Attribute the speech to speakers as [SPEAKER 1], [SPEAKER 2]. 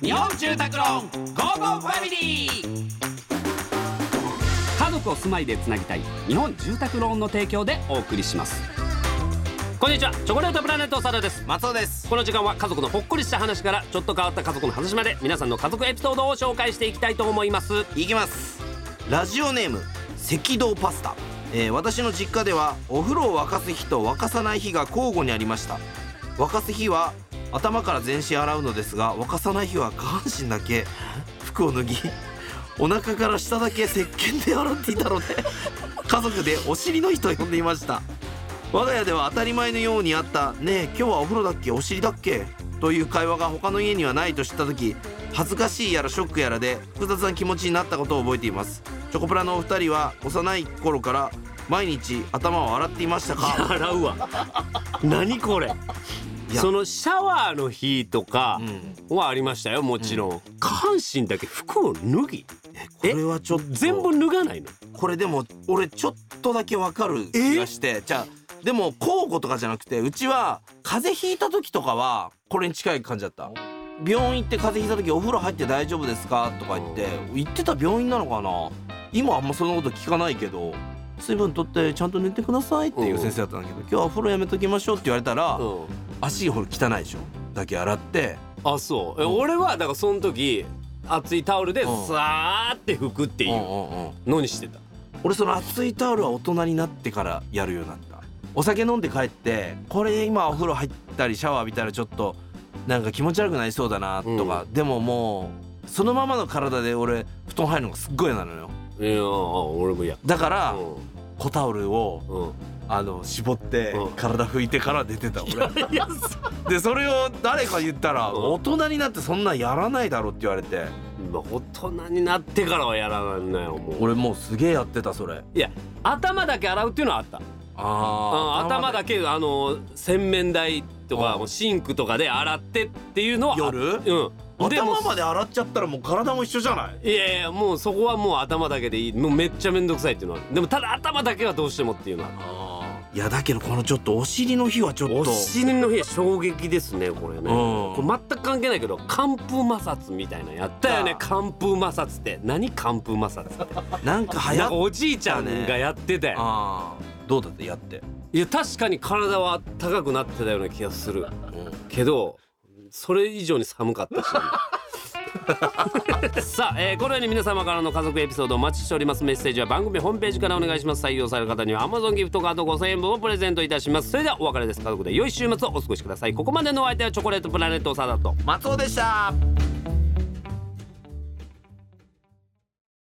[SPEAKER 1] 日本住宅ローンゴーゴーファミリー家族を住まいでつなぎたい日本住宅ローンの提供でお送りしますこんにちはチョコレートプラネットサラです
[SPEAKER 2] 松尾です
[SPEAKER 1] この時間は家族のほっこりした話からちょっと変わった家族の話まで皆さんの家族エピソードを紹介していきたいと思います
[SPEAKER 2] いきますラジオネーム赤道パスタ、えー私の実家ではお風呂を沸かす日と沸かさない日が交互にありました沸かす日は頭から全身洗うのですが沸かさない日は下半身だけ服を脱ぎお腹から下だけ石鹸で洗っていたので家族でお尻の日と呼んでいました我が家では当たり前のようにあった「ねえ今日はお風呂だっけお尻だっけ?」という会話が他の家にはないと知った時恥ずかしいやらショックやらで複雑な気持ちになったことを覚えていますチョコプラのお二人は幼い頃から毎日頭を洗っていました か
[SPEAKER 1] 洗うわ何これ
[SPEAKER 2] いや
[SPEAKER 1] そのシャワーの日とか
[SPEAKER 2] うん
[SPEAKER 1] はありましたよもちろん、下半身だけ服を脱ぎ
[SPEAKER 2] これはちょっと
[SPEAKER 1] 全部脱がないの
[SPEAKER 2] これでも俺ちょっとだけわかる気がしてじゃあでも交互とかじゃなくてうちは風邪ひいた時とかはこれに近い感じだった病院行って風邪ひいた時お風呂入って大丈夫ですかとか言って行ってた病院なのかな今あんまそんなこと聞かないけど水分取ってちゃんと寝てくださいっていう先生だったんだけど今日はお風呂やめときましょうって言われたら、
[SPEAKER 1] うん
[SPEAKER 2] 足ほら汚いでしょだけ洗って
[SPEAKER 1] あそう、え俺はだからその時熱いタオルで
[SPEAKER 2] うん
[SPEAKER 1] さーって拭くってい
[SPEAKER 2] うん
[SPEAKER 1] う
[SPEAKER 2] うんうん
[SPEAKER 1] のにしてた、
[SPEAKER 2] 俺その熱いタオルは大人になってからやるようになったお酒飲んで帰ってこれ今お風呂入ったりシャワー浴びたらちょっとなんか気持ち悪くなりそうだなとか、でももうそのままの体で俺布団入るのがすっごい嫌なのよ
[SPEAKER 1] いや俺もいや
[SPEAKER 2] だから
[SPEAKER 1] う
[SPEAKER 2] 小タオルを
[SPEAKER 1] ん うん
[SPEAKER 2] あの絞って
[SPEAKER 1] うん
[SPEAKER 2] 体拭いてから出てた俺
[SPEAKER 1] いやそ
[SPEAKER 2] でそれを誰か言ったら
[SPEAKER 1] うん
[SPEAKER 2] 大人になってそんなんやらないだろって言われて
[SPEAKER 1] まあ大人になってからはやらないのよもう
[SPEAKER 2] 俺もうすげえやってたそれ
[SPEAKER 1] いや頭だけ洗うっていうのはあった
[SPEAKER 2] あ
[SPEAKER 1] あ
[SPEAKER 2] ー
[SPEAKER 1] 頭だけあの洗面台とか
[SPEAKER 2] うん
[SPEAKER 1] もうシンクとかで洗ってっていうのはあ
[SPEAKER 2] 夜
[SPEAKER 1] うんでも
[SPEAKER 2] 頭まで洗っちゃったらもう体も一緒じゃない
[SPEAKER 1] いやいやもうそこはもう頭だけでいいもうめっちゃ面倒くさいっていうのはあるでもただ頭だけはどうしてもっていうのはある
[SPEAKER 2] いやだけどこのちょっとお尻の日はちょっと
[SPEAKER 1] お尻の日は衝撃ですねこれね、こ
[SPEAKER 2] う
[SPEAKER 1] れ
[SPEAKER 2] ん、
[SPEAKER 1] 全く関係ないけど寒風摩擦みたいなのやったよね
[SPEAKER 2] やった
[SPEAKER 1] 寒風摩擦って何寒風摩擦って
[SPEAKER 2] なんか流
[SPEAKER 1] な
[SPEAKER 2] 行
[SPEAKER 1] ん
[SPEAKER 2] っ
[SPEAKER 1] かおじいちゃんがやってて、
[SPEAKER 2] あーどうだってやって、
[SPEAKER 1] いや確かに体は高くなってたような気がするけどそれ以上に寒か ったしさあ、えーこのように皆様からの家族エピソードをお待ちしておりますメッセージは番組ホームページからお願いします採用される方には Amazon ギフトカード5000円分をプレゼントいたしますそれではお別れです家族で良い週末をお過ごしくださいここまでのお相手はチョコレートプラネットサダと
[SPEAKER 2] 松尾でした